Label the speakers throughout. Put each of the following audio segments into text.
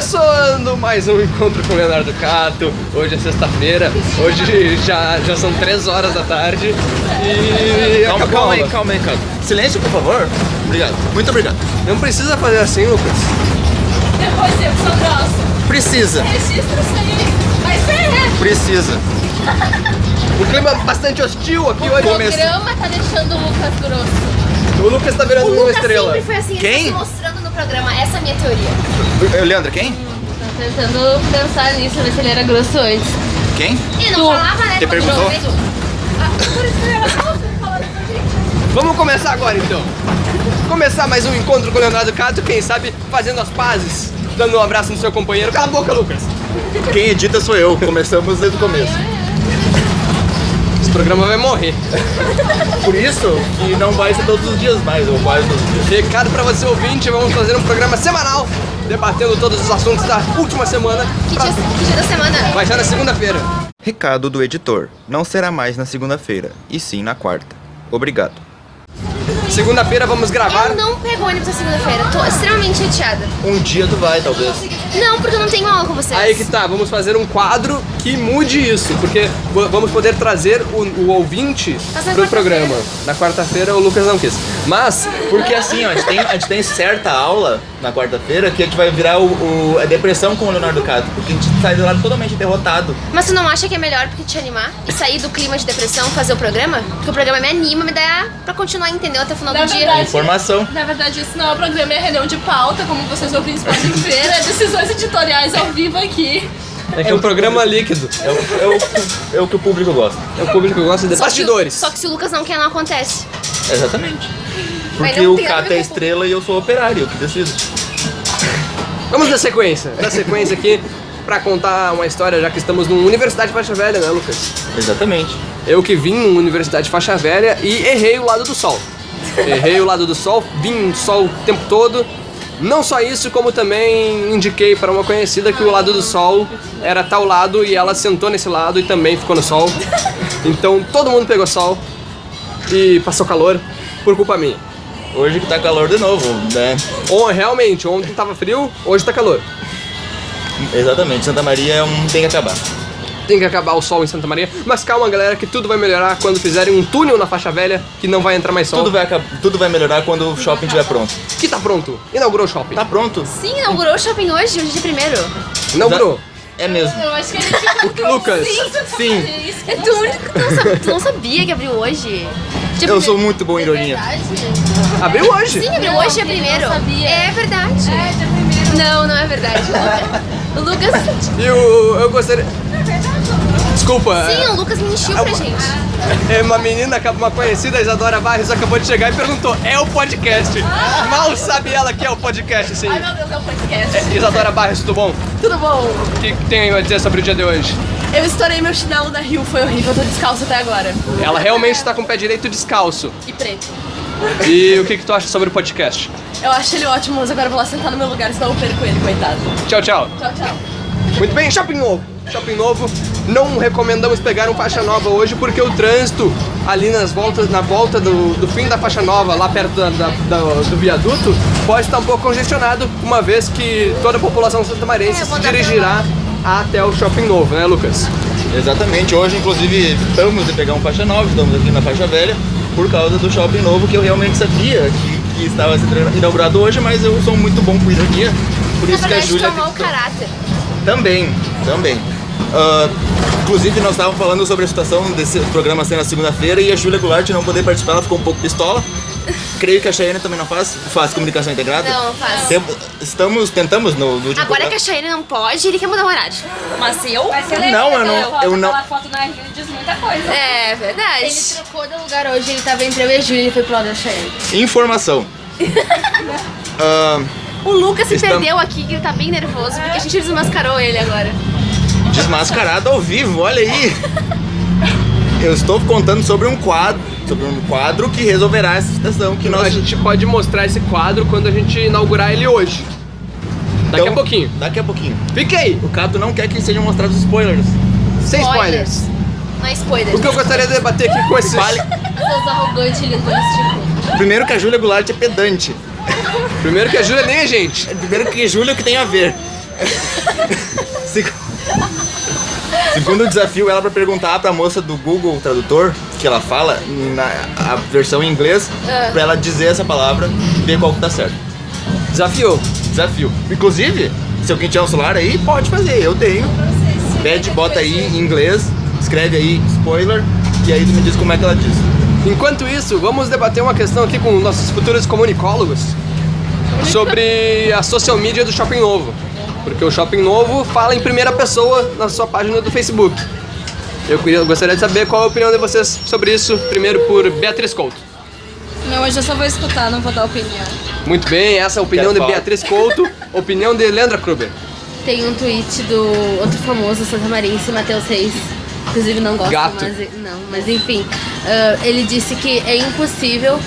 Speaker 1: Começando mais um encontro com o Leonardo Cato. Hoje é sexta-feira, hoje já, já são três horas da tarde. E. acabou
Speaker 2: Calma,
Speaker 1: a
Speaker 2: calma aí,
Speaker 1: aula.
Speaker 2: calma aí, calma. Silêncio, por favor.
Speaker 1: Obrigado.
Speaker 2: Muito obrigado.
Speaker 1: Não precisa fazer assim, Lucas.
Speaker 3: Depois eu sou grossa.
Speaker 2: Precisa,
Speaker 3: Registra isso aí. é, né? Vai ser.
Speaker 2: precisa.
Speaker 1: O clima é bastante hostil aqui
Speaker 3: O
Speaker 1: hoje.
Speaker 3: programa tá deixando o Lucas grosso.
Speaker 1: O Lucas tá virando
Speaker 4: O
Speaker 1: uma
Speaker 4: Lucas
Speaker 1: estrela.
Speaker 4: sempre foi assim, ele
Speaker 2: Quem?
Speaker 4: tá se mostrando no programa. Essa é a minha teoria.
Speaker 2: Eu, Leandro, quem?
Speaker 3: Tô tentando pensar nisso, ver se ele era grosso antes.
Speaker 2: Quem?
Speaker 4: E não
Speaker 3: Tu.
Speaker 4: falava, né?
Speaker 2: Te
Speaker 4: quando
Speaker 2: perguntou?
Speaker 4: jovem. Ah, por isso que eu era jovem, falando pra gente.
Speaker 1: Vamos começar agora então. Começar mais um encontro com o Leonardo Cato, quem sabe fazendo as pazes, dando um abraço no seu companheiro. Cala a boca, Lucas!
Speaker 2: Quem edita sou eu. Começamos desde o começo.
Speaker 1: Esse programa vai morrer.
Speaker 2: Por isso que não vai ser todos os dias mais, ou quase todos os dias.
Speaker 1: Recado pra você ouvinte, vamos fazer um programa semanal, debatendo todos os assuntos da última semana.
Speaker 4: Que dia, que dia da semana?
Speaker 1: Vai ser na segunda-feira.
Speaker 2: Recado do editor. Não será mais na segunda-feira, e sim na quarta. Obrigado.
Speaker 1: Segunda-feira vamos gravar.
Speaker 4: Eu não pego ônibus na segunda-feira. Tô extremamente chateada.
Speaker 2: Um dia tu vai, talvez.
Speaker 4: Não, porque eu não tenho aula com vocês.
Speaker 1: Aí que tá, vamos fazer um quadro que mude isso, porque v- vamos poder trazer o, o ouvinte
Speaker 4: Mas na
Speaker 1: pro
Speaker 4: Tá quarta-feira.
Speaker 1: programa. Na quarta-feira o Lucas não quis. Mas,
Speaker 2: Porque assim, ó, a gente tem, a gente tem certa aula na quarta-feira que a gente vai virar o, o- a depressão com o Leonardo Cato. Porque a gente sai de lá totalmente derrotado.
Speaker 4: Mas tu não acha que é melhor porque te animar e sair do clima de depressão, fazer o programa? Porque o programa me anima, me dá pra continuar entendendo até o final
Speaker 3: Na
Speaker 4: do dia.
Speaker 3: verdade-
Speaker 2: Informação.
Speaker 3: Na verdade, isso não é um programa, é reunião de pauta, como vocês ouvintes podem ver. É decisões editoriais ao vivo aqui.
Speaker 1: é que é um programa líquido.
Speaker 2: É o, é o- é o que o público gosta.
Speaker 1: É o público que gosta de
Speaker 4: Só que o-
Speaker 1: bastidores.
Speaker 4: Só que se o Lucas não quer, não acontece.
Speaker 2: Exatamente.
Speaker 4: Mas
Speaker 2: Porque
Speaker 4: não
Speaker 2: o
Speaker 4: tem nada a
Speaker 2: Cato
Speaker 4: ver
Speaker 2: é
Speaker 4: com-
Speaker 2: estrela e eu sou operário, eu que decido.
Speaker 1: Vamos dar sequência. Dar sequência aqui pra contar uma história, já que estamos numa Universidade Faixa Velha, né, Lucas?
Speaker 2: Exatamente.
Speaker 1: Eu que vim numa Universidade Faixa Velha e errei o lado do sol. Errei o lado do sol, vim sol o tempo todo. Não só isso, como também indiquei para uma conhecida que o lado do sol era tal lado e ela sentou nesse lado e também ficou no sol. Então todo mundo pegou sol e passou calor por culpa minha.
Speaker 2: Hoje que tá calor de novo, né?
Speaker 1: Ou realmente, ontem tava frio, hoje tá calor.
Speaker 2: Exatamente, Santa Maria é um tem que acabar.
Speaker 1: Tem que acabar o sol em Santa Maria. Mas calma, galera, que tudo vai melhorar quando fizerem um túnel na faixa velha que não vai entrar mais sol.
Speaker 2: Tudo vai, acab- tudo vai melhorar quando o shopping estiver pronto.
Speaker 1: Que tá pronto. Inaugurou o shopping.
Speaker 2: Tá pronto?
Speaker 4: Sim, inaugurou o shopping hoje, hoje é primeiro.
Speaker 1: Inaugurou.
Speaker 2: É mesmo.
Speaker 3: Eu acho que a gente
Speaker 1: Lucas,
Speaker 2: sim.
Speaker 3: Isso.
Speaker 4: É tu único que tu não, sabe, tu não sabia que abriu hoje. Dia
Speaker 2: Eu
Speaker 4: primeiro.
Speaker 2: sou muito bom em ironia.
Speaker 3: Verdade?
Speaker 1: Abriu hoje.
Speaker 4: Sim, abriu
Speaker 3: Não,
Speaker 4: hoje é
Speaker 3: ele não
Speaker 4: primeiro.
Speaker 3: sabia.
Speaker 4: É verdade.
Speaker 3: É, dia primeiro.
Speaker 4: Não, não é verdade. O Lucas.
Speaker 1: E o, eu gostaria. Desculpa.
Speaker 4: É Sim, o Lucas me encheu pra gente.
Speaker 1: É uma menina, uma conhecida, Isadora Barros, acabou de chegar e perguntou: é o podcast?
Speaker 4: Ah.
Speaker 1: Mal sabe ela que é o podcast, sim.
Speaker 3: Ai, meu Deus, é um podcast.
Speaker 1: Isadora Barros, tudo bom?
Speaker 3: Tudo bom?
Speaker 1: O que que tem a dizer sobre o dia de hoje?
Speaker 3: Eu estourei meu chinelo na Rio, foi horrível, eu tô descalço até agora.
Speaker 1: Ela realmente tá com o pé direito descalço.
Speaker 3: E preto.
Speaker 1: E o que, que tu acha sobre o podcast?
Speaker 3: Eu acho ele ótimo, mas agora eu vou lá sentar no meu lugar, senão eu perco ele, coitado.
Speaker 1: Tchau, tchau.
Speaker 3: Tchau, tchau.
Speaker 1: Muito bem, shopping novo. Shopping novo. Não recomendamos pegar um faixa nova hoje porque o trânsito ali nas voltas, na volta do, do fim da faixa nova, lá perto da- da- da- do viaduto, pode estar um pouco congestionado, uma vez que toda a população santamarense
Speaker 4: É, eu
Speaker 1: se
Speaker 4: vou dar
Speaker 1: dirigirá até o shopping novo, né, Lucas?
Speaker 2: Exatamente, hoje inclusive estamos de pegar um faixa nova, estamos aqui na faixa velha, por causa do shopping novo que eu realmente sabia que, que estava sendo inaugurado hoje, mas eu sou muito bom com ironia, por
Speaker 4: Na
Speaker 2: isso que a
Speaker 4: verdade, tu
Speaker 2: Júlia
Speaker 4: é um mau caráter.
Speaker 2: Também, também. Ah, inclusive, nós estávamos falando sobre a situação desse programa ser na segunda-feira e a Júlia Goulart não poder participar, ela ficou um pouco pistola. Creio que a Cheyenne também não faz, faz comunicação integrada.
Speaker 4: Não, não faz.
Speaker 2: Tem- estamos, tentamos no, no último
Speaker 4: Agora é que a
Speaker 2: programa.
Speaker 4: Cheyenne não pode, ele quer mudar o horário.
Speaker 3: Mas eu?
Speaker 5: Mas você
Speaker 2: Não, eu
Speaker 5: lembra
Speaker 2: não-
Speaker 5: aquela foto,
Speaker 2: eu não-
Speaker 5: Aquela foto na Rio diz muita coisa.
Speaker 4: É verdade.
Speaker 5: Ele trocou do lugar hoje, ele tava entre eu e a Júlia, ele foi pro lado da Cheyenne.
Speaker 2: Informação. Ah,
Speaker 4: O Lucas se
Speaker 2: Estamos-
Speaker 4: perdeu aqui, que ele tá bem nervoso, porque a gente desmascarou ele agora.
Speaker 2: desmascarado ao vivo, olha aí. Eu estou contando sobre um quadro, sobre um quadro que resolverá essa situação que
Speaker 1: Então a
Speaker 2: nós
Speaker 1: gente pode mostrar esse quadro quando a gente inaugurar ele hoje. Daqui
Speaker 2: então,
Speaker 1: a pouquinho.
Speaker 2: Daqui a pouquinho.
Speaker 1: Fique aí,
Speaker 2: O Cato não quer que sejam mostrados spoilers.
Speaker 1: sem spoilers.
Speaker 4: Não é spoiler.
Speaker 1: O que eu gostaria de debater aqui com esses...
Speaker 2: Fale-
Speaker 5: Seus arrogantes linguísticos.
Speaker 2: Primeiro que a Júlia Goulart é pedante.
Speaker 1: Primeiro que a Júlia nem é gente.
Speaker 2: Primeiro que Júlia o que tem a ver. Segu- Segundo desafio, ela pra perguntar pra moça do Google Tradutor, que ela fala, na a versão em inglês, pra ela dizer essa palavra e ver qual que tá certo.
Speaker 1: Desafiou.
Speaker 2: Desafio. Inclusive, se alguém tiver um celular aí, pode fazer, eu tenho. Pede, bota aí em inglês, escreve aí spoiler, e aí tu me diz como é que ela diz.
Speaker 1: Enquanto isso, vamos debater uma questão aqui com nossos futuros comunicólogos sobre a social media do Shopping Novo. Porque o Shopping Novo fala em primeira pessoa na sua página do Facebook. Eu queria- gostaria de saber qual a opinião de vocês sobre isso, primeiro por Beatriz Couto.
Speaker 3: Não, hoje eu só vou escutar, não vou dar opinião.
Speaker 1: Muito bem, essa é a opinião
Speaker 2: Quero
Speaker 1: de
Speaker 2: falar.
Speaker 1: Beatriz Couto, opinião de Leandra Kruber.
Speaker 5: Tem um tweet do outro famoso santamarense, Matheus Reis. Inclusive não gosto,
Speaker 1: Gato.
Speaker 5: mas não, mas enfim. Ah, ele disse que é impossível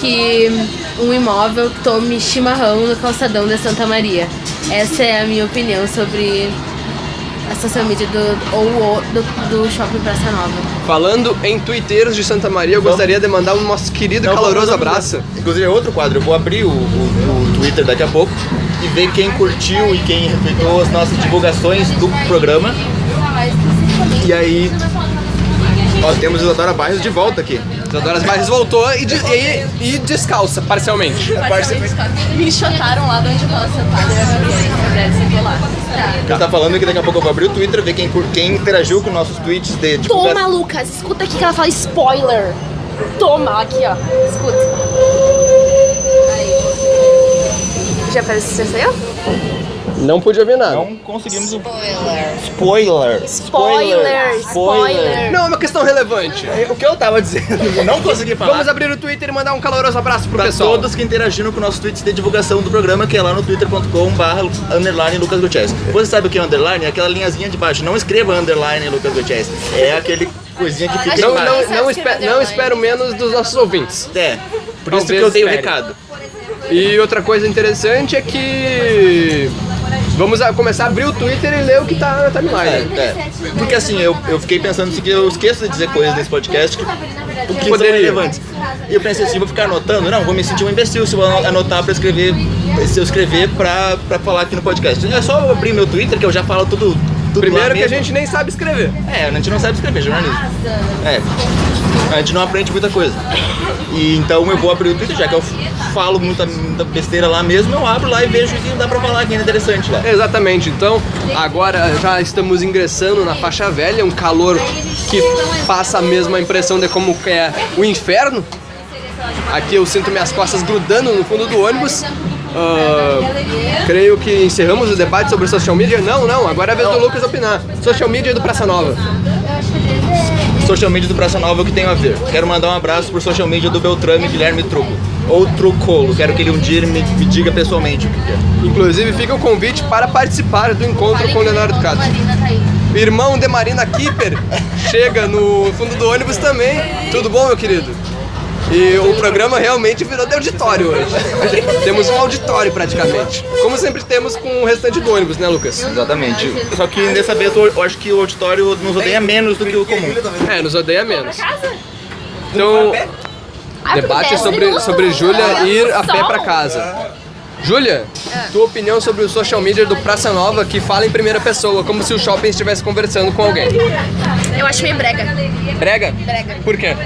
Speaker 5: que um imóvel tome chimarrão no calçadão da Santa Maria. Essa é a minha opinião sobre a social media do, ou, o- do, do shopping Praça Nova.
Speaker 1: Falando em twitteiros de Santa Maria, eu
Speaker 2: Vamos.
Speaker 1: gostaria de mandar um nosso querido e
Speaker 2: Não,
Speaker 1: caloroso
Speaker 2: vamos-
Speaker 1: abraço.
Speaker 2: Inclusive é outro quadro, eu vou abrir o, o- o Twitter daqui a pouco e ver quem curtiu e quem respeitou as nossas divulgações do programa. E aí, ó, temos Isadora Barros de volta aqui.
Speaker 1: Isadora Barres voltou e, de- e- e descalça, parcialmente.
Speaker 3: Me enxotaram lá de onde eu tava sentada. eu não sei se deve ser por lá.
Speaker 2: Ela tá falando que daqui a pouco eu vou abrir o Twitter, ver quem, cur- quem interagiu com nossos tweets de
Speaker 4: Toma,
Speaker 2: divulgação.
Speaker 4: Ah, Lucas, escuta aqui que ela fala spoiler. Toma, aqui ó, escuta. Já apareceu, já saiu?
Speaker 1: Não pude ouvir nada.
Speaker 2: Não conseguimos o... Spoiler. Spoiler.
Speaker 4: Spoiler, spoiler.
Speaker 1: Não é uma questão relevante.
Speaker 2: É, O que eu tava dizendo, eu não consegui falar.
Speaker 1: Vamos abrir o Twitter e mandar um caloroso abraço pro
Speaker 2: Pra
Speaker 1: pessoal.
Speaker 2: todos que interagiram com o nosso tweet de divulgação do programa, que é lá no twitter.com barra underline Lucas Gutierrez. Você sabe o que é underline? É aquela linhazinha de baixo. Não escreva underline Lucas Gutierrez. É aquele coisinha que fica
Speaker 1: Não,
Speaker 2: embaixo.
Speaker 1: não, não, espe- não espero menos dos nossos ouvintes.
Speaker 2: É. Por
Speaker 1: Talvez
Speaker 2: isso que eu dei o
Speaker 1: espere.
Speaker 2: recado.
Speaker 1: E outra coisa interessante é que. Vamos a- começar a abrir o Twitter e ler o que tá na timeline.
Speaker 2: É, é. Porque assim, eu, eu fiquei pensando assim, que eu esqueço de dizer coisas nesse podcast que, que são
Speaker 1: Poderia.
Speaker 2: relevantes. E eu pensei assim, vou ficar anotando? Não, vou me sentir um imbecil se eu ano- anotar pra escrever, se eu escrever pra, pra falar aqui no podcast. É só eu abrir meu Twitter que eu já falo tudo. tudo lá
Speaker 1: Primeiro que a
Speaker 2: mesmo.
Speaker 1: gente nem sabe escrever.
Speaker 2: É, a gente não sabe escrever, jornalismo. É. A gente não aprende muita coisa. E então eu vou abrir o Twitter, já que eu falo muita, muita besteira lá mesmo, eu abro lá e vejo o que dá pra falar que é interessante lá.
Speaker 1: Exatamente, então agora já estamos ingressando na faixa velha, um calor que passa a mesma impressão de como que é o inferno. Aqui eu sinto minhas costas grudando no fundo do ônibus. Ah, creio que encerramos o debate sobre social media. Não, não, agora é a vez do Lucas opinar. Social media do Praça Nova.
Speaker 2: Social media do Praça Nova, o que tem a ver? Quero mandar um abraço pro social media do Beltrame Guilherme Truco. Ou Trucolo, quero que ele um dia ele me, me diga pessoalmente o que que é.
Speaker 1: Inclusive fica o convite para participar do encontro com o Leonardo Cato. Irmão de Marina Kipper chega no fundo do ônibus também. Tudo bom, meu querido? E o programa realmente virou de auditório hoje. temos um auditório praticamente. Como sempre temos com o restante do ônibus, né, Lucas?
Speaker 2: Exatamente. Só que dessa vez eu eu acho que o auditório nos odeia menos do que o comum.
Speaker 1: É, nos odeia menos. Então,
Speaker 4: Ah,
Speaker 1: debate
Speaker 4: Acontece
Speaker 1: sobre,
Speaker 4: muito.
Speaker 1: sobre Júlia ir a pé
Speaker 3: Sol.
Speaker 1: pra casa. Júlia, tua opinião sobre o social media do Praça Nova que fala em primeira pessoa, como se o shopping estivesse conversando com alguém.
Speaker 4: Eu acho meio brega.
Speaker 1: Brega?
Speaker 4: Brega.
Speaker 1: Por quê?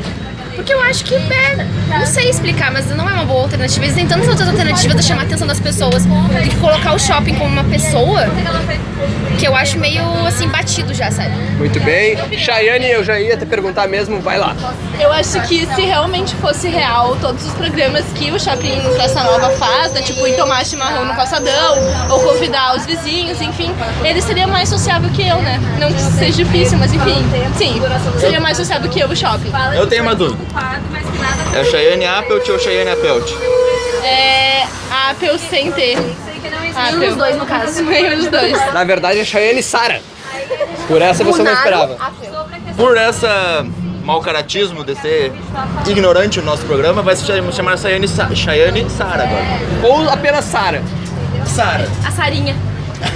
Speaker 4: Porque eu acho que é. Não sei explicar, mas não é uma boa alternativa. Existem tantas outras alternativas a chamar a atenção das pessoas do que colocar o shopping como uma pessoa que eu acho meio assim batido já, sabe?
Speaker 1: Muito bem. Chayane, eu já ia te perguntar mesmo, vai lá.
Speaker 3: Eu acho que se realmente fosse real todos os programas que o Shopping Praça Nova faz, né, tipo ir tomar chimarrão no calçadão, ou convidar os vizinhos, enfim, ele seria mais sociável que eu, né? Não que seja difícil, mas enfim, sim, seria mais sociável que eu o Shopping.
Speaker 2: Eu tenho uma dúvida. É Cheyenne Appelt ou Cheyenne Appelt?
Speaker 3: É. Apple sem ter. Apple. Os dois, no caso. Meio os dois.
Speaker 1: Na verdade, é Chayane e Sara. Por essa você não esperava.
Speaker 2: Por essa mau caratismo de ser ignorante no nosso programa, vai se cham- chamar Chayane Sa Chayane Sara agora.
Speaker 1: Ou apenas Sara.
Speaker 2: Sara.
Speaker 4: A Sarinha.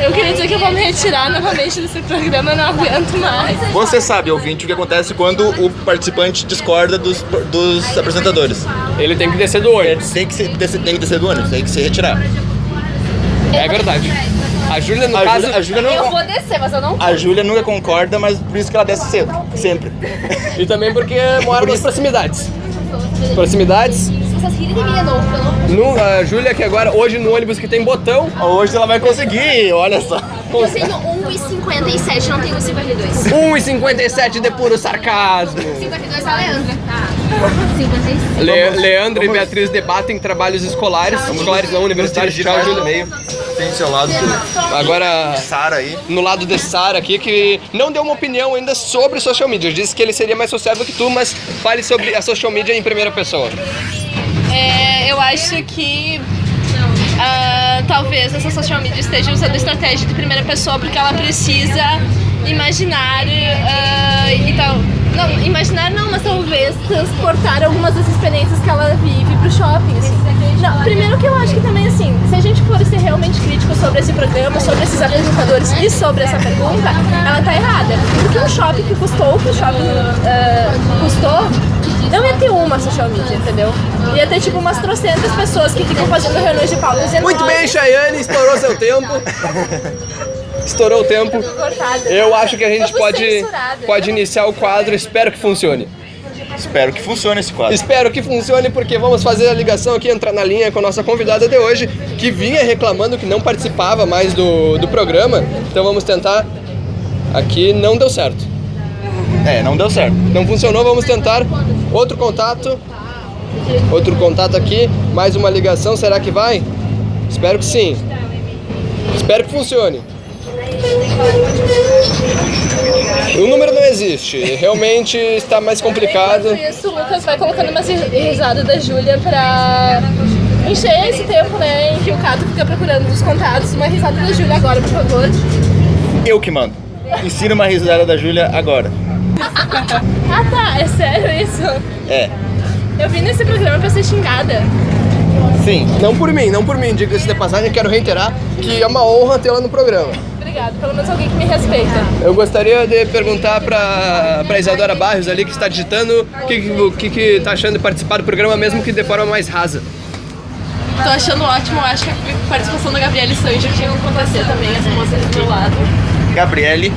Speaker 3: Eu queria dizer que eu vou me retirar novamente desse programa, eu não aguento mais.
Speaker 2: Você sabe, ouvinte, o que acontece quando o participante discorda dos, dos apresentadores. É
Speaker 1: Ele tem que descer do ônibus.
Speaker 2: Tem que, se, tem que descer do ônibus, tem que se retirar.
Speaker 1: É verdade. A Júlia, no
Speaker 2: A
Speaker 1: caso.
Speaker 2: Júlia, a Júlia
Speaker 4: Eu
Speaker 2: não.
Speaker 4: vou descer, mas eu não
Speaker 2: A Júlia nunca concorda, mas por isso que ela desce cedo. Sempre.
Speaker 1: E também porque mora nas
Speaker 2: isso.
Speaker 1: proximidades. Proximidades.
Speaker 4: Se vocês rirem de mim de novo, eu um não.
Speaker 1: No, a Júlia que agora, hoje no ônibus que tem botão.
Speaker 2: Hoje ela vai conseguir, olha só.
Speaker 4: Eu tenho 1,57, não tenho 1,52.
Speaker 1: 1,57 de puro sarcasmo.
Speaker 4: 52 é a Leandra.
Speaker 1: Le- Leandro e Beatriz debatem trabalhos escolares. escolares não, universitários. Tchau,
Speaker 2: no
Speaker 1: Júlia.
Speaker 2: meio. Tem seu lado.
Speaker 1: Agora,
Speaker 2: Sara aí.
Speaker 1: no lado de Sara aqui, que não deu uma opinião ainda sobre social media. Disse que ele seria mais sociável que tu, mas fale sobre a social media em primeira pessoa.
Speaker 3: É, eu acho que ah, talvez essa social media esteja usando a estratégia de primeira pessoa porque ela precisa imaginar ah, e tal. Não, imaginar não, mas talvez transportar algumas das experiências que ela vive pro shopping. assim. Não, primeiro que eu acho que também assim, se a gente for ser realmente crítico sobre esse programa, sobre esses apresentadores e sobre essa pergunta, ela tá errada. Porque um shopping que custou o que o shopping ah, custou, não ia ter uma social media, entendeu? Ia ter tipo umas trocentas pessoas que ficam fazendo reuniões de pautas enormes.
Speaker 1: Muito bem, Chayane, estourou seu tempo. Estourou o tempo.
Speaker 3: cortadas.
Speaker 1: Eu acho que a gente
Speaker 3: Fomos
Speaker 1: pode,
Speaker 3: censuradas.
Speaker 1: pode iniciar o quadro. Espero que funcione.
Speaker 2: Espero que funcione esse quadro.
Speaker 1: Espero que funcione, porque vamos fazer a ligação aqui, entrar na linha com a nossa convidada de hoje, que vinha reclamando que não participava mais do, do programa. Então vamos tentar. Aqui não deu certo.
Speaker 2: É, não deu certo.
Speaker 1: Não funcionou, vamos tentar. Outro contato. Outro contato aqui. Mais uma ligação, será que vai? Espero que sim. Espero que funcione. O número não existe. Realmente está mais complicado.
Speaker 3: Enquanto isso, o Lucas vai colocando umas ris- risadas da Júlia pra encher esse tempo, né? Em que o Cato fica procurando os contatos. Uma risada da Júlia agora, por favor.
Speaker 2: Eu que mando. Ensina uma risada da Júlia agora.
Speaker 3: Ah tá, é sério isso?
Speaker 2: É.
Speaker 3: Eu vim nesse programa pra ser xingada.
Speaker 2: Sim.
Speaker 1: Não por mim, não por mim, diga-se de passagem, quero reiterar que é uma honra tê-la no programa.
Speaker 3: Obrigada, pelo menos alguém que me respeita.
Speaker 1: Eu gostaria de perguntar pra, pra Isadora Barrios ali, que está digitando, o que, que- o que, que tá achando de participar do programa, mesmo que de forma mais rasa.
Speaker 3: Tô achando ótimo, acho que a participação da Gabriela Sancho tinha que acontecer também, essa moça ali do meu lado.
Speaker 2: Gabriele.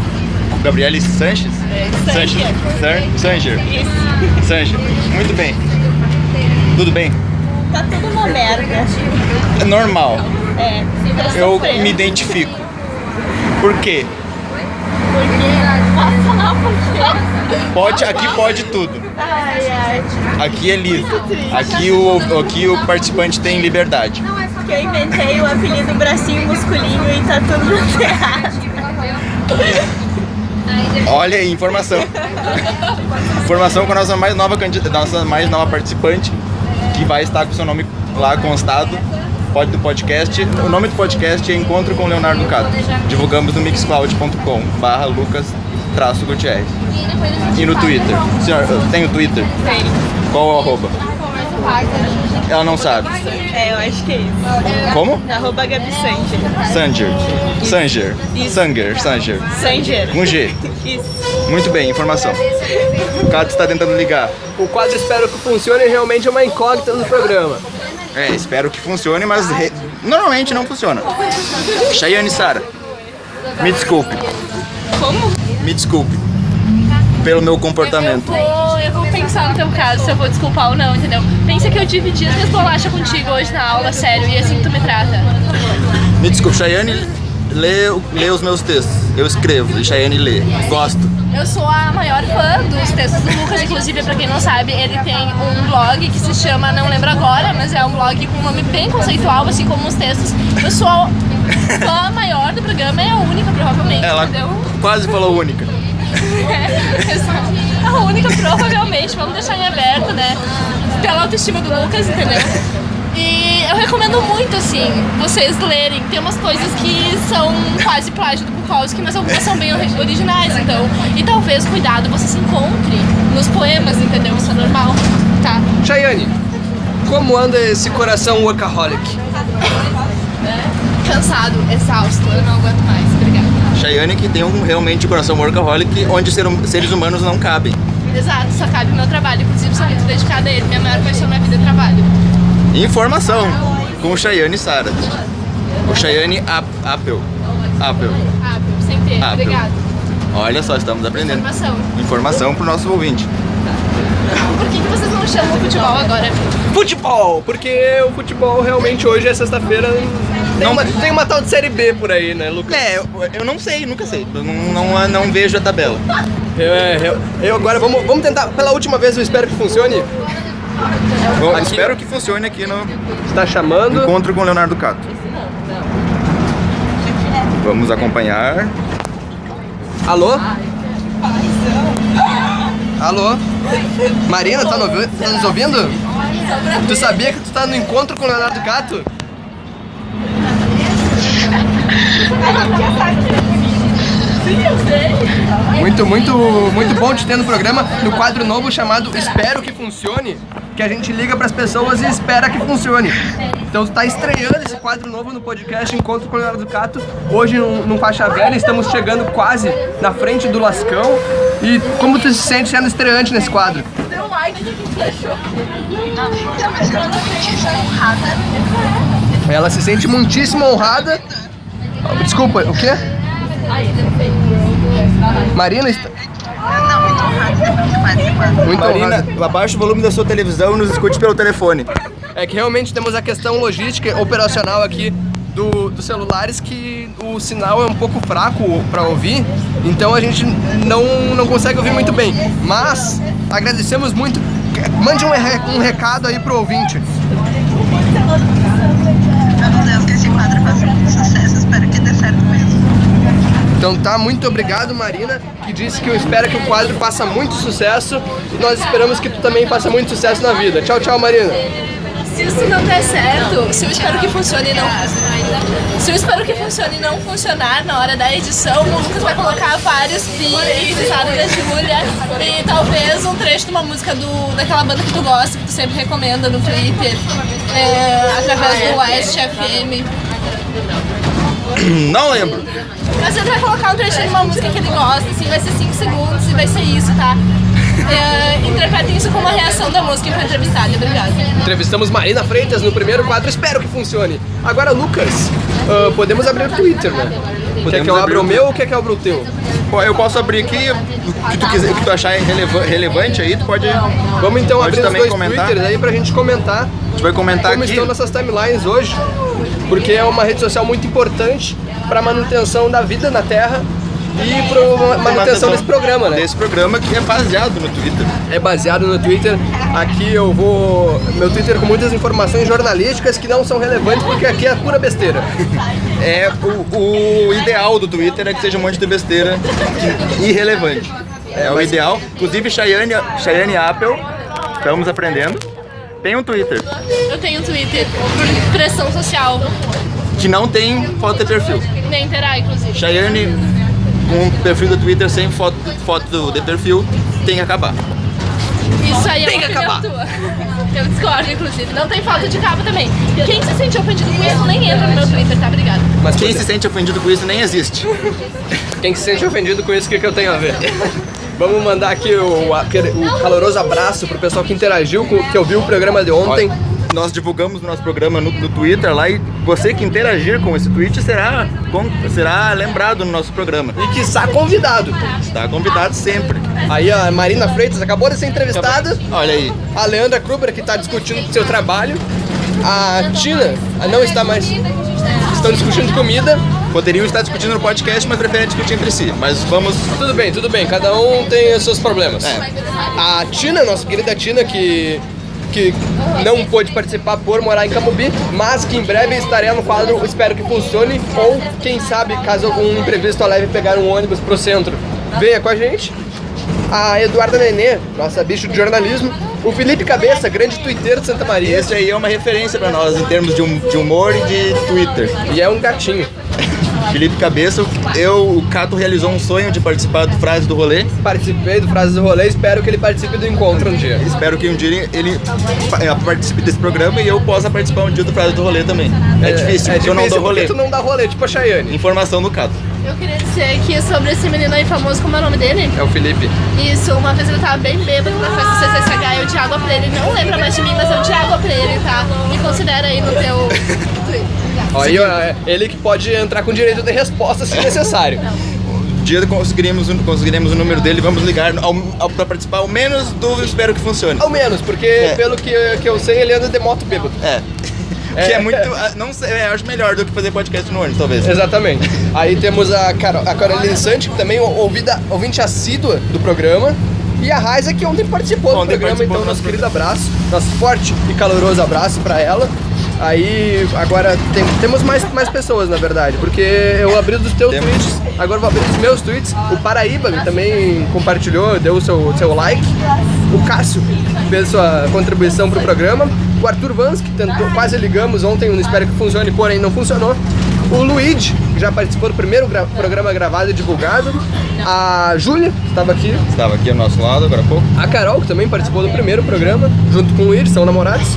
Speaker 2: Gabriele Sanches?
Speaker 6: É,
Speaker 2: Sanches. San- Sanger. Sanger. Muito bem. Tudo bem?
Speaker 6: Tá tudo uma merda.
Speaker 2: É normal.
Speaker 6: É.
Speaker 2: Eu
Speaker 6: sofrendo.
Speaker 2: me identifico. Por quê?
Speaker 6: Posso falar por quê?
Speaker 2: Pode, aqui pode tudo.
Speaker 6: Ai, ai.
Speaker 2: Aqui é livre. Aqui o, aqui o participante tem liberdade.
Speaker 6: Que eu inventei o apelido Bracinho Musculinho e tá tudo errado.
Speaker 2: Olha aí, informação. informação com a nossa mais nova candidata, nossa mais nova participante, que vai estar com seu nome lá constado pod- do podcast. O nome do podcast é Encontro com Leonardo Cato. Divulgamos no mixcloud.com barra Lucas traço Gutierrez. E no Twitter. Senhor, tem o Twitter? Tem. Qual é o arroba? Ela não sabe.
Speaker 6: É, eu acho que é isso.
Speaker 2: Como?
Speaker 6: Arroba Gabi Sanger.
Speaker 2: Sanger. Sanger. Sanger. Sanger.
Speaker 6: Sanger.
Speaker 2: Com G.
Speaker 6: Isso.
Speaker 2: Muito bem, informação. O Cato está tentando ligar.
Speaker 1: O quadro Espero que Funcione realmente é uma incógnita do programa.
Speaker 2: É, espero que funcione, mas re- normalmente não funciona. Cheyenne e Sara, me desculpe. Como? Me desculpe pelo meu
Speaker 3: Eu
Speaker 2: comportamento.
Speaker 3: vou, eu vou pensar no teu caso, se eu vou desculpar ou não, entendeu? Pensa que eu dividi as minhas bolachas contigo hoje na aula, sério, e é assim que tu me trata.
Speaker 2: Me desculpe, Cheyenne lê, o- lê os meus textos. Eu escrevo e Cheyenne lê. Gosto.
Speaker 3: Eu sou a maior fã dos textos do Lucas, inclusive, pra quem não sabe, ele tem um blog que se chama Não Lembro Agora, mas é um blog com um nome bem conceitual, assim como os textos. Eu sou a fã maior do programa, é a única, provavelmente,
Speaker 2: Ela
Speaker 3: entendeu?
Speaker 2: quase falou única.
Speaker 3: É, eu sou a única, provavelmente, vamos deixar em aberto, né? Pela autoestima do Lucas, entendeu? E eu recomendo muito, assim, vocês lerem. Tem umas coisas que são quase plágio do Bukowski, mas algumas são bem ori- originais, então. E talvez, cuidado, você se encontre nos poemas, entendeu? Isso é normal, tá?
Speaker 1: Chayane, como anda esse coração workaholic?
Speaker 3: Cansado, exausto, eu não aguento mais. Obrigada.
Speaker 2: Cheyenne que tem um realmente coração workaholic onde ser hum- seres humanos não cabem.
Speaker 3: Exato, só cabe o meu trabalho. Inclusive, sou muito dedicada a ele. Minha maior paixão na vida é trabalho.
Speaker 2: Informação com Cheyenne e Sara. O Cheyenne Ap- Apple. Apple.
Speaker 3: Apple, sem ter.
Speaker 2: Apple.
Speaker 3: Obrigado.
Speaker 2: Olha só, estamos aprendendo.
Speaker 3: Informação.
Speaker 2: Informação pro nosso ouvinte.
Speaker 3: Por que, que vocês não chamam futebol agora?
Speaker 1: Futebol! Porque o futebol realmente hoje é sexta-feira. Tem,
Speaker 2: Não-
Speaker 1: uma, tem uma tal de série B por aí, né, Lucas?
Speaker 2: É, eu, eu não sei, nunca sei. Eu não, não, não vejo a tabela.
Speaker 1: Eu, é, eu- eu agora vamos, vamos tentar, pela última vez eu espero que funcione.
Speaker 2: Eu
Speaker 1: Aqui-
Speaker 2: espero que funcione aqui no
Speaker 1: Está Tá chamando.
Speaker 2: encontro com o Leonardo Cato. Vamos acompanhar.
Speaker 1: Alô? Alô? Marina, tá, no- tá nos ouvindo? Tu sabia que tu tá no encontro com o Leonardo Cato? Muito, muito, muito bom te ter no programa, no quadro novo chamado Espero que Funcione, que a gente liga pras pessoas e espera que funcione. Então tu tá estreando esse quadro novo no podcast Encontro com o Leonardo Cato, hoje num, num faixa velha, estamos chegando quase na frente do Lascão. E como tu se sente sendo estreante nesse quadro? Ela se sente muitíssimo honrada. Desculpa, o quê? Marina está. Muito honrada.
Speaker 2: abaixa o volume da sua televisão e nos escute pelo telefone.
Speaker 1: É que realmente temos a questão logística operacional aqui do, dos celulares que o sinal é um pouco fraco para ouvir, então a gente não, não consegue ouvir muito bem. Mas agradecemos muito. Mande um, re- um recado aí pro ouvinte.
Speaker 7: Meu Deus, que esse quadro faça muito sucesso. Espero que dê certo mesmo.
Speaker 1: Então tá, muito obrigado Marina, que disse que eu espero que o quadro faça muito sucesso. Nós esperamos que tu também faça muito sucesso na vida. Tchau, tchau Marina.
Speaker 3: Se isso não der certo, se eu espero que funcione e não Se eu espero que funcione e não funcionar na hora da edição, o Lucas vai colocar vários pi e risada da Júlia e talvez um trecho de uma música do, daquela banda que tu gosta, que tu sempre recomenda no Twitter, é, através do West FM.
Speaker 2: Não lembro.
Speaker 3: Mas ele vai colocar um trechinho de uma música que ele gosta, assim, vai ser 5 segundos e vai ser isso, tá? É, interpretem isso como a reação da música para entrevistada. Obrigada.
Speaker 1: Entrevistamos Marina Freitas no primeiro quadro, espero que funcione. Agora, Lucas, ah, podemos abrir o Twitter, né? quer que eu
Speaker 2: abrir
Speaker 1: abra o
Speaker 2: o-
Speaker 1: meu ou quer que eu abra o teu?
Speaker 2: Pô, Eu posso abrir aqui o que tu, quiser, o que tu achar releva- relevante aí, tu pode. A
Speaker 1: Vamos então
Speaker 2: Pode
Speaker 1: abrir os
Speaker 2: também
Speaker 1: dois
Speaker 2: comentar.
Speaker 1: Twitters aí pra gente comentar
Speaker 2: gente vai comentar
Speaker 1: como
Speaker 2: aqui.
Speaker 1: estão nossas timelines hoje, porque é uma rede social muito importante pra manutenção da vida na Terra e para manutenção desse programa, né?
Speaker 2: Desse programa que é baseado no Twitter.
Speaker 1: é baseado no Twitter. Aqui eu vou. Meu Twitter com muitas informações jornalísticas que não são relevantes, porque aqui é pura besteira.
Speaker 2: É o, o ideal do Twitter é que seja um monte de besteira que- irrelevante. É o ideal. Inclusive, Cheyenne, Cheyenne Apple, estamos aprendendo, tem um Twitter
Speaker 3: Eu tenho Twitter por pressão social.
Speaker 2: que não tem foto de perfil.
Speaker 3: Nem terá, inclusive.
Speaker 2: Cheyenne, com o perfil do Twitter sem foto, foto do- de perfil, tem que acabar.
Speaker 3: Isso aí é uma opinião tua. Eu discordo, inclusive. Não tem falta de capa também. Quem se sentiu ofendido com isso nem entra no meu Twitter, tá? Obrigada.
Speaker 1: Mas
Speaker 2: Quem se sente ofendido com isso nem existe.
Speaker 1: Quem se sente ofendido com isso, o que, que eu tenho a ver? Vamos mandar aqui o, aquele- o caloroso abraço pro pessoal que interagiu, com, que ouviu o programa de ontem.
Speaker 2: Nós divulgamos o nosso programa no, no Twitter lá e você que interagir com esse tweet será, con- será lembrado no nosso programa.
Speaker 1: E que está convidado.
Speaker 2: Está convidado sempre.
Speaker 1: Aí a Marina Freitas acabou de ser entrevistada.
Speaker 2: Olha aí.
Speaker 1: A Leandra Kruber, que está discutindo seu trabalho. A Tina ah, não está mais. Estão discutindo comida.
Speaker 2: Poderiam estar discutindo no podcast, mas preferem discutir entre si. Mas vamos.
Speaker 1: Tudo bem, tudo bem, cada um tem os seus problemas.
Speaker 2: É.
Speaker 1: A Tina, nossa querida Tina, que, que não pôde participar por morar em Camubi, mas que em breve estará no quadro Espero que Funcione, ou quem sabe, caso algum imprevisto a leve pegar um ônibus pro centro, venha com a gente. A Eduarda Nenê, nossa bicho de jornalismo. O Felipe Cabeça, grande twitteiro de Santa Maria.
Speaker 2: Esse aí é uma referência para nós em termos de, hum- de humor e de Twitter.
Speaker 1: E é um gatinho.
Speaker 2: Felipe Cabeça, eu, o Cato realizou um sonho de participar do Frase do Rolê.
Speaker 1: Participei do Frases do Rolê, espero que ele participe do encontro um dia.
Speaker 2: Espero que um dia ele eh, participe desse programa e eu possa participar um dia do Frase do Rolê também. É, difícil, porque eu não dou rolê.
Speaker 1: porque tu não dá rolê, tipo a Chayane.
Speaker 2: Informação do Cato.
Speaker 3: Eu queria dizer que sobre esse menino aí famoso, como é o nome dele?
Speaker 1: É o Felipe.
Speaker 3: Isso, uma vez ele tava bem bêbado na festa do CCSH, eu é Thiago pra ele, não lembra mais de mim, mas eu Thiago pra ele, tá? Me considera aí no teu Twitter.
Speaker 1: Aí ó, é ele que pode entrar com direito de resposta se necessário.
Speaker 2: Um dia conseguiremos, o- conseguiremos o número dele, vamos ligar ao, ao, pra participar ao menos do Espero que funcione.
Speaker 1: Ao menos, porque pelo que, que eu sei, ele anda de moto bêbado.
Speaker 2: É. Que é muito. ah, Não sei, é, acho melhor do que fazer podcast no ônibus, talvez.
Speaker 1: Exatamente. Aí temos a, Carol, a Caroline Sante, que também é ouvida, ouvinte assídua do programa. E a Raiza, que ontem participou do
Speaker 2: Ontem
Speaker 1: programa,
Speaker 2: participou
Speaker 1: então
Speaker 2: do
Speaker 1: nosso
Speaker 2: nosso
Speaker 1: querido abraço, nosso forte e caloroso abraço pra ela. Aí agora tem- temos mais, mais pessoas, na verdade, porque eu abri dos teus
Speaker 2: Temos.
Speaker 1: tweets, agora eu vou abrir dos meus tweets. O Paraíba também compartilhou, deu o seu, seu like. O Cássio fez sua contribuição pro programa. O Arthur Vans, que tentou, quase ligamos ontem, no espero que funcione, porém não funcionou. O Luigi, que já participou do primeiro gra- programa gravado e divulgado. A Júlia, que estava aqui
Speaker 2: Estava aqui ao nosso lado agora há pouco.
Speaker 1: a Carol, que também participou do primeiro programa, junto com o Ir, são namorados.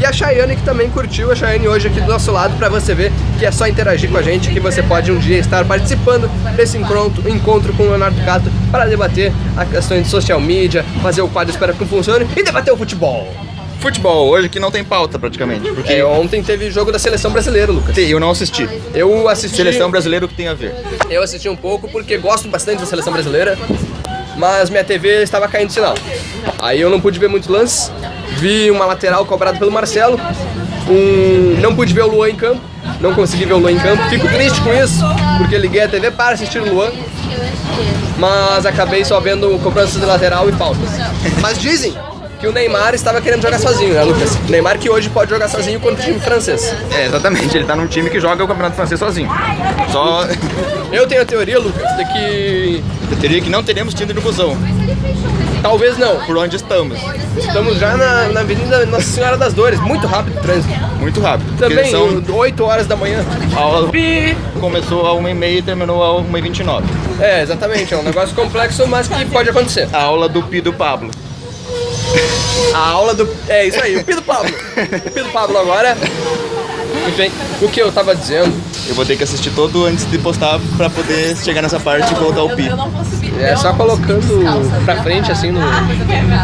Speaker 1: E a Chayane, que também curtiu, a Chayane hoje aqui do nosso lado, pra você ver que é só interagir com a gente, que você pode um dia estar participando desse encontro, encontro com o Leonardo Cato para debater a questão de social media, fazer o quadro Espera que Funcione e debater o futebol.
Speaker 2: Futebol, hoje aqui não tem pauta praticamente. Porque
Speaker 1: É,
Speaker 2: eu,
Speaker 1: ontem teve jogo da seleção brasileira, Lucas.
Speaker 2: eu não assisti.
Speaker 1: Eu assisti,
Speaker 2: Seleção brasileira, o que tem a ver?
Speaker 1: eu assisti um pouco porque gosto bastante da seleção brasileira, mas minha TV estava caindo sinal. Aí eu não pude ver muitos lances, vi uma lateral cobrada pelo Marcelo, um... não pude ver o Luan em campo, não consegui ver o Luan em campo, fico triste com isso, porque liguei a TV para assistir o Luan, mas acabei só vendo cobranças de lateral e faltas. Mas dizem que o Neymar estava querendo jogar sozinho, né, Lucas? O Neymar que hoje pode jogar sozinho contra o time francês.
Speaker 2: É, exatamente, ele tá num time que joga o Campeonato Francês sozinho. Só.
Speaker 1: Eu tenho a teoria, Lucas, de que
Speaker 2: Eu teria que não teremos Tinder no busão,
Speaker 1: talvez não,
Speaker 2: por onde estamos.
Speaker 1: Estamos já na, na Avenida Nossa Senhora das Dores, muito rápido o trânsito.
Speaker 2: Muito rápido. porque
Speaker 1: Também,
Speaker 2: são
Speaker 1: 8 horas da manhã.
Speaker 2: a aula começou a 1h30 e terminou a 1h29.
Speaker 1: É, exatamente, é um negócio complexo, mas que pode acontecer.
Speaker 2: A aula do Pi do Pablo.
Speaker 1: A aula do. É isso aí, o Pedro Pablo. O Pedro Pablo agora. Enfim, o que eu tava dizendo
Speaker 2: Eu vou ter que assistir todo antes de postar pra poder chegar nessa parte e colocar o Pi.
Speaker 1: é só colocando pra frente assim no.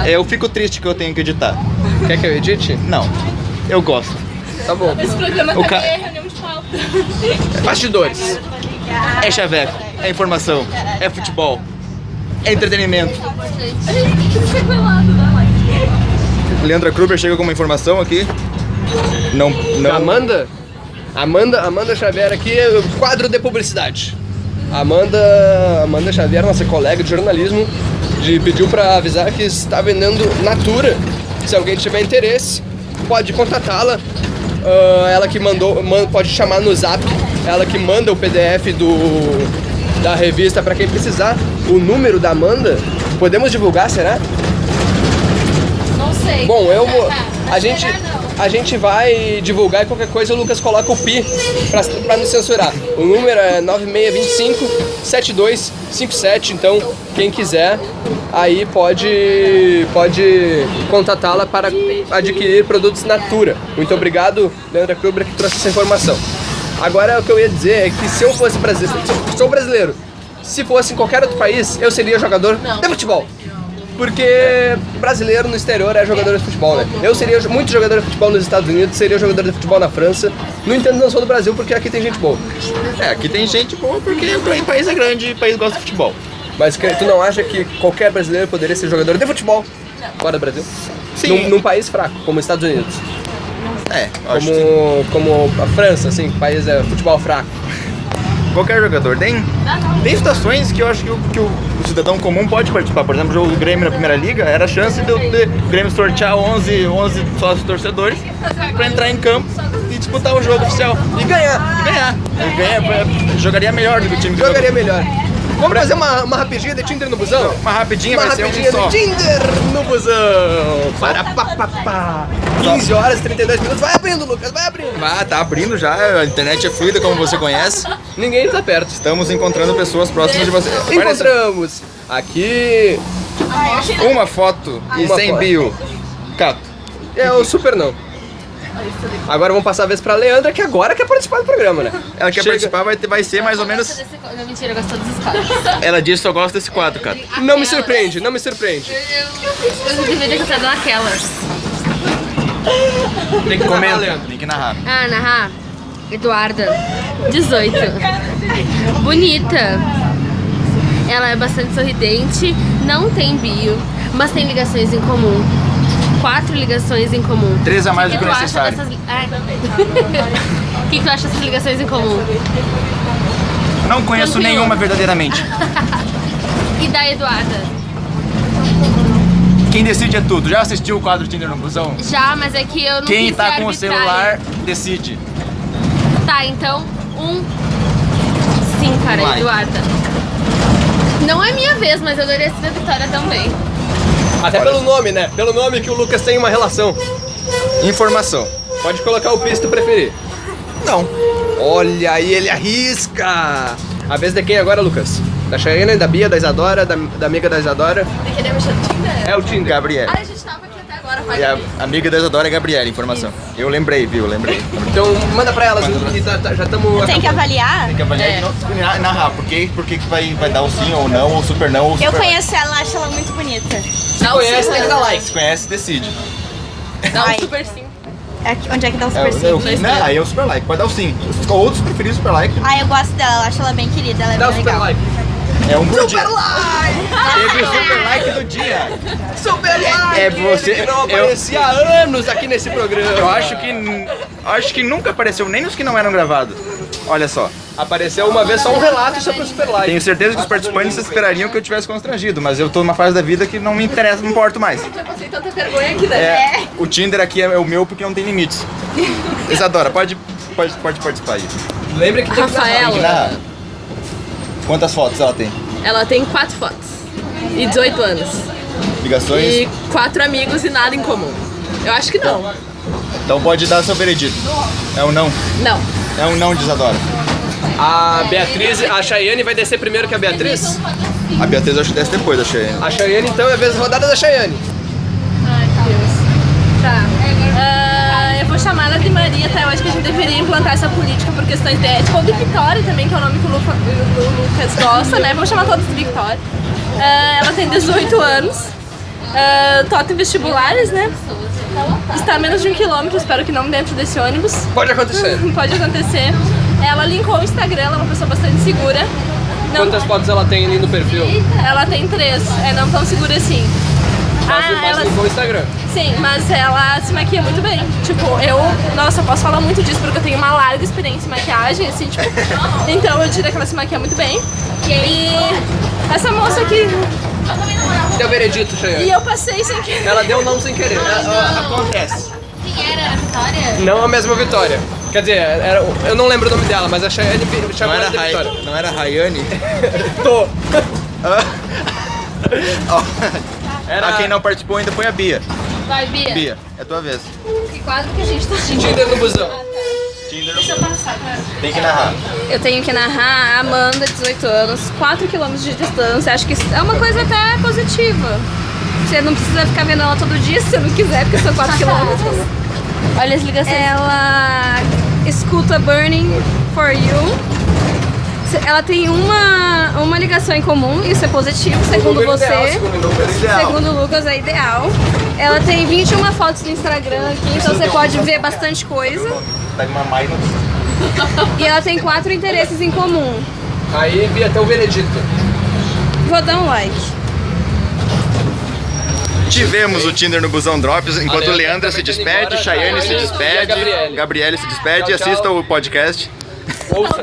Speaker 2: É, Eu fico triste que eu tenho que editar.
Speaker 1: Quer que eu edite?
Speaker 2: Não, eu gosto.
Speaker 1: Tá bom.
Speaker 3: Esse programa
Speaker 2: O
Speaker 3: também
Speaker 2: ca-
Speaker 3: é reunião de pauta.
Speaker 1: Bastidores.
Speaker 2: É chaveco, é informação, é futebol, é entretenimento. Leandra Kruber chega com uma informação aqui. Não, não.
Speaker 1: Amanda? Amanda, Amanda Xavier aqui, é quadro de publicidade. Amanda, Amanda Xavier, nossa colega de jornalismo, de- pediu para avisar que está vendendo Natura. Se alguém tiver interesse, pode contatá-la. Ah, ela que mandou, man- pode chamar no Zap. Ela que manda o PDF do da revista para quem precisar. O número da Amanda, podemos divulgar, será?
Speaker 4: Não sei.
Speaker 1: Bom, eu vou. A gente, a gente vai divulgar e qualquer coisa o Lucas coloca o pi pra, pra nos censurar. O número é 9625-7257. Então, quem quiser, aí pode, pode contatá-la para adquirir produtos Natura. Muito obrigado, Leandra Kruber, que trouxe essa informação. Agora, o que eu ia dizer é que se eu fosse brasileiro, sou brasileiro, se fosse em qualquer outro país, eu seria jogador de futebol. Porque brasileiro no exterior é jogador de futebol, né? Eu seria jo- muito jogador de futebol nos Estados Unidos, seria jogador de futebol na França. No entanto, não sou do Brasil porque aqui tem gente boa.
Speaker 2: É, aqui tem gente boa porque o país é grande e o país gosta de futebol.
Speaker 1: Mas que- tu não acha que qualquer brasileiro poderia ser jogador de futebol fora do Brasil?
Speaker 2: Sim.
Speaker 1: Num, num país fraco, como os Estados Unidos.
Speaker 2: É, eu acho que
Speaker 1: Como, como a França, assim, que país é futebol fraco.
Speaker 2: qualquer jogador tem, tem situações que eu acho que o, que o cidadão comum pode participar. Por exemplo, o jogo do Grêmio na primeira liga era a chance do de o Grêmio sortear 11, 11 sócios torcedores pra entrar em campo e disputar o jogo oficial.
Speaker 1: E ganhar,
Speaker 2: E ganhar. E ganhar pra- jogaria melhor do que o time que
Speaker 1: jogaria melhor. Vamos fazer uma, uma rapidinha de Tinder no busão?
Speaker 2: Uma rapidinha
Speaker 1: Uma
Speaker 2: vai ser
Speaker 1: rapidinha
Speaker 2: um
Speaker 1: do
Speaker 2: só.
Speaker 1: Tinder no busão. Para, pá, pá, pá. 15 horas e 32 minutos. Vai abrindo, Lucas, vai abrindo.
Speaker 2: Ah, tá abrindo já, a internet é fluida como você conhece.
Speaker 1: Ninguém está perto.
Speaker 2: Estamos encontrando pessoas próximas de você. Aparece
Speaker 1: Encontramos aqui.
Speaker 2: Uma foto e
Speaker 1: Uma
Speaker 2: sem
Speaker 1: foto.
Speaker 2: bio. Cato.
Speaker 1: É o super não. Agora vamos passar a vez pra Leandra, que agora quer participar do programa, né?
Speaker 2: Ela quer
Speaker 1: Chega-
Speaker 2: participar, vai, ter- vai ser mais ou menos.
Speaker 5: Não, mentira, eu gosto de todos os quadros.
Speaker 2: Ela disse só gosta desse quadro, Cato.
Speaker 1: Não me surpreende, não me surpreende.
Speaker 5: Eu, eu deveria ter contado naquelas.
Speaker 2: Tem que comentar. Tem que narrar.
Speaker 5: Ah, narrar. Eduarda, 18. Bonita. Ela é bastante sorridente, não tem bio, mas tem ligações em comum. Quatro ligações em comum.
Speaker 2: Três a mais
Speaker 5: O
Speaker 2: do que
Speaker 5: tu acha
Speaker 2: necessário.
Speaker 5: dessas li- Ai. O que, que tu acha dessas ligações em comum?
Speaker 2: Não conheço
Speaker 5: Tranquilo.
Speaker 2: nenhuma verdadeiramente.
Speaker 5: E da Eduarda?
Speaker 2: Quem decide é tudo. Já assistiu o quadro Tinder no Busão?
Speaker 5: Já, mas é que eu não
Speaker 2: Quem
Speaker 5: quis
Speaker 2: tá
Speaker 5: ser
Speaker 2: com o
Speaker 5: arbitrária.
Speaker 2: celular decide.
Speaker 5: Tá, então, um. Sim, cara,
Speaker 2: Vai.
Speaker 5: Eduarda. Não é minha vez, mas eu daria essa vitória também.
Speaker 1: Até pelo nome, né? Pelo nome que o Lucas tem uma relação.
Speaker 2: Informação.
Speaker 1: Pode colocar o pisto preferir.
Speaker 2: Não.
Speaker 1: Olha aí, ele arrisca! A vez de quem agora, Lucas? Da Cheyenne, da Bia, da Isadora, da, da amiga da Isadora.
Speaker 3: Tem que mexer no Tinder?
Speaker 1: É o Tinder.
Speaker 2: Gabriela.
Speaker 3: Ah, a gente tava aqui até agora, faz
Speaker 2: E a amiga da Isadora é a Gabriela, informação. Eu lembrei, viu? Lembrei.
Speaker 1: Então manda pra elas, que tá- tá- já estamos.
Speaker 6: Tem que avaliar?
Speaker 2: Tem que avaliar e não- e narrar por quê, por que que vai, vai dar o sim ou não, ou super não, ou super
Speaker 6: Eu
Speaker 2: vai.
Speaker 6: conheço ela, acho ela muito bonita.
Speaker 1: Se conhece, tem que dar like.
Speaker 2: Se conhece, decide.
Speaker 3: Dá
Speaker 6: Ai.
Speaker 3: um super sim.
Speaker 6: Aqui- Onde é que dá o
Speaker 2: É,
Speaker 6: super
Speaker 2: eu,
Speaker 6: sim?
Speaker 2: não, aí é o super like, pode dar o sim. Outros preferir super like,
Speaker 6: Ah, eu gosto dela, acho ela bem querida, ela é
Speaker 1: Dá o
Speaker 6: bem
Speaker 1: super
Speaker 6: legal.
Speaker 1: like.
Speaker 2: é um por dia. Teve o super like do dia.
Speaker 1: Super like!
Speaker 2: é você-
Speaker 1: ele que não
Speaker 2: eu-
Speaker 1: aparecia há anos aqui nesse programa.
Speaker 2: Eu acho que n- acho que nunca apareceu nem nos que não eram gravados. Olha só,
Speaker 1: Apareceu uma vez só um relato sobre o super like.
Speaker 2: tenho certeza que os participantes esperariam que eu tivesse constrangido, mas eu tô numa fase da vida que não me interessa, não importo mais.
Speaker 3: Já passei tanta vergonha aqui, né?
Speaker 2: É, o Tinder aqui é o meu porque não tem limites. Isadora, pode, pode, pode participar aí.
Speaker 1: Lembra que tem que dar like.
Speaker 5: Rafaela,
Speaker 2: Narra. Quantas fotos ela tem?
Speaker 3: Ela tem quatro fotos. E 18 anos.
Speaker 2: Ligações?
Speaker 3: E quatro amigos e nada em comum. Eu acho que não.
Speaker 2: Então pode dar seu veredito. É um não.
Speaker 3: Não.
Speaker 2: É um não, diz Adora.
Speaker 1: A Beatriz, a Cheyenne vai descer primeiro que a Beatriz?
Speaker 2: A Beatriz eu acho que desce depois, achei.
Speaker 1: A Cheyenne então é a vez rodada da Cheyenne.
Speaker 3: Tá. Ah, eu vou chamar ela de Maria, tá? Eu acho que a gente deveria implantar essa política por questões de ética. Ou de Vitória também, que é o nome que o, Luca- o Lucas gosta, né? Vamos chamar todos de Vitória. Ah, ela tem 18 anos. Ah, Tota em vestibulares, né? Está a menos de um quilômetro, espero que não dentro desse ônibus.
Speaker 1: Pode acontecer.
Speaker 3: Pode acontecer. Ela linkou o Instagram, ela é uma pessoa bastante segura. Não-
Speaker 1: Quantas fotos ela tem ali no perfil?
Speaker 3: Ela tem três, é não tão segura assim.
Speaker 1: Mas,
Speaker 3: Ah,
Speaker 1: mas
Speaker 3: ela,
Speaker 1: linkou o Instagram.
Speaker 3: sim, mas ela se maquia muito bem. Tipo, eu, nossa, eu posso falar muito disso porque eu tenho uma larga experiência em maquiagem, assim, tipo. então eu diria que ela se maquia muito bem. E essa moça aqui.
Speaker 1: Teu veredito,
Speaker 3: E
Speaker 1: Cheyenne.
Speaker 3: eu passei sem querer.
Speaker 1: Ela deu não sem querer. A- a- Acontece.
Speaker 4: Quem era a Vitória?
Speaker 1: Não a mesma vitória. Quer dizer, era- eu não lembro o nome dela, mas a Cheyenne vi- chamou ela de vitória.
Speaker 2: não era Rayane?
Speaker 1: Tô.
Speaker 2: Era...
Speaker 1: Era-
Speaker 2: A quem não participou ainda foi a Bia.
Speaker 4: Vai, Bia.
Speaker 2: Bia, é tua vez.
Speaker 4: Que quadro que a gente tá
Speaker 1: Tinder no busão.
Speaker 2: Tem que narrar.
Speaker 3: Eu tenho que narrar a Amanda, 18 anos, 4 km de distância. Acho que isso é uma coisa até positiva. Você não precisa ficar vendo ela todo dia se você não quiser, porque é são 4 km.
Speaker 4: Olha as ligações.
Speaker 3: Ela escuta Burning for You. Ela tem uma, uma ligação em comum, isso é positivo, segundo
Speaker 1: Número
Speaker 3: você.
Speaker 1: ideal, segundo o número ideal.
Speaker 3: Segundo o Lucas, é ideal. Ela tem 21 fotos no Instagram aqui, então
Speaker 1: um
Speaker 3: você pode ver bastante coisa.
Speaker 2: Tá uma mais
Speaker 3: E ela tem quatro interesses em comum.
Speaker 1: Aí vi até o veredito.
Speaker 3: Vou dar um like.
Speaker 2: Tivemos o Tinder no Busão Drops, enquanto
Speaker 1: Leandra
Speaker 2: Leandra se
Speaker 1: também tá indo
Speaker 2: despede,
Speaker 1: embora.
Speaker 2: Chayane se
Speaker 1: Chayane e a
Speaker 2: despede,
Speaker 1: Gabriele.
Speaker 2: Gabriele se despede,
Speaker 1: Tchau, tchau.
Speaker 2: assista o podcast.
Speaker 1: Ouça.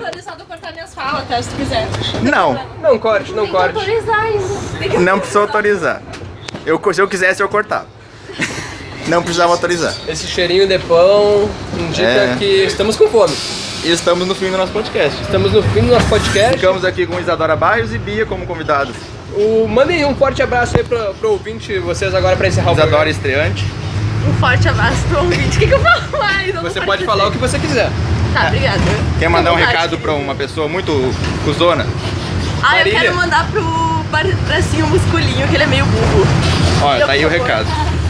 Speaker 3: cortar minhas falas, até se tu quiser.
Speaker 2: Não,
Speaker 1: Não corte, não corte.
Speaker 2: não precisou autorizar. Eu, co- se eu quisesse, eu cortava. Não precisava autorizar.
Speaker 1: Esse cheirinho de pão indica
Speaker 2: É.
Speaker 1: que estamos com fome.
Speaker 2: E estamos no fim do nosso podcast.
Speaker 1: Estamos no fim do nosso podcast.
Speaker 2: Ficamos aqui com Isadora Barros e Bia como convidados.
Speaker 1: O, mandem um forte abraço aí pro, pro ouvinte, vocês agora pra encerrar o
Speaker 2: Isadora
Speaker 1: programa.
Speaker 2: estreante.
Speaker 3: Um forte abraço pro ouvinte. O que, que eu falo mais? Eu não
Speaker 1: Você
Speaker 3: sei
Speaker 1: pode
Speaker 3: dizer.
Speaker 1: falar o que você quiser.
Speaker 3: Tá, obrigada.
Speaker 2: Quer mandar um
Speaker 3: Fica à
Speaker 2: recado pra uma pessoa muito cuzona?
Speaker 3: Ah, eu
Speaker 1: Marília?
Speaker 3: quero mandar pro Bar- bracinho musculinho, que ele é meio burro.
Speaker 2: Olha, tá aí o recado.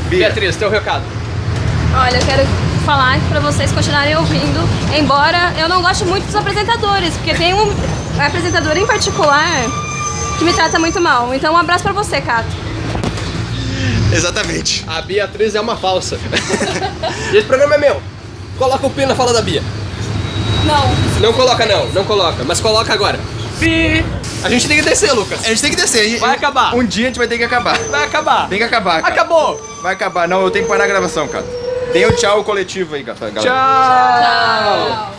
Speaker 2: Bia,
Speaker 1: Beatriz, teu recado.
Speaker 8: Olha, eu quero falar pra vocês continuarem ouvindo, embora eu não goste muito dos apresentadores, porque tem um apresentador em particular que me trata muito mal. Então um abraço pra você, Cato.
Speaker 2: exatamente.
Speaker 1: A Beatriz é uma falsa. Esse programa é meu. Coloca o pino na fala da Bia.
Speaker 8: Não.
Speaker 1: Não coloca não, não coloca, mas coloca agora. Pi! A gente tem que descer, Lucas.
Speaker 2: A gente tem que descer. a gente-
Speaker 1: Vai acabar.
Speaker 2: Um dia a gente vai ter que acabar.
Speaker 1: Vai acabar.
Speaker 2: Tem que acabar, cara.
Speaker 1: Acabou!
Speaker 2: Vai acabar. Não, eu tenho que parar a gravação, cara. Tem o tchau coletivo aí, galera.
Speaker 1: Tchau!
Speaker 8: Tchau.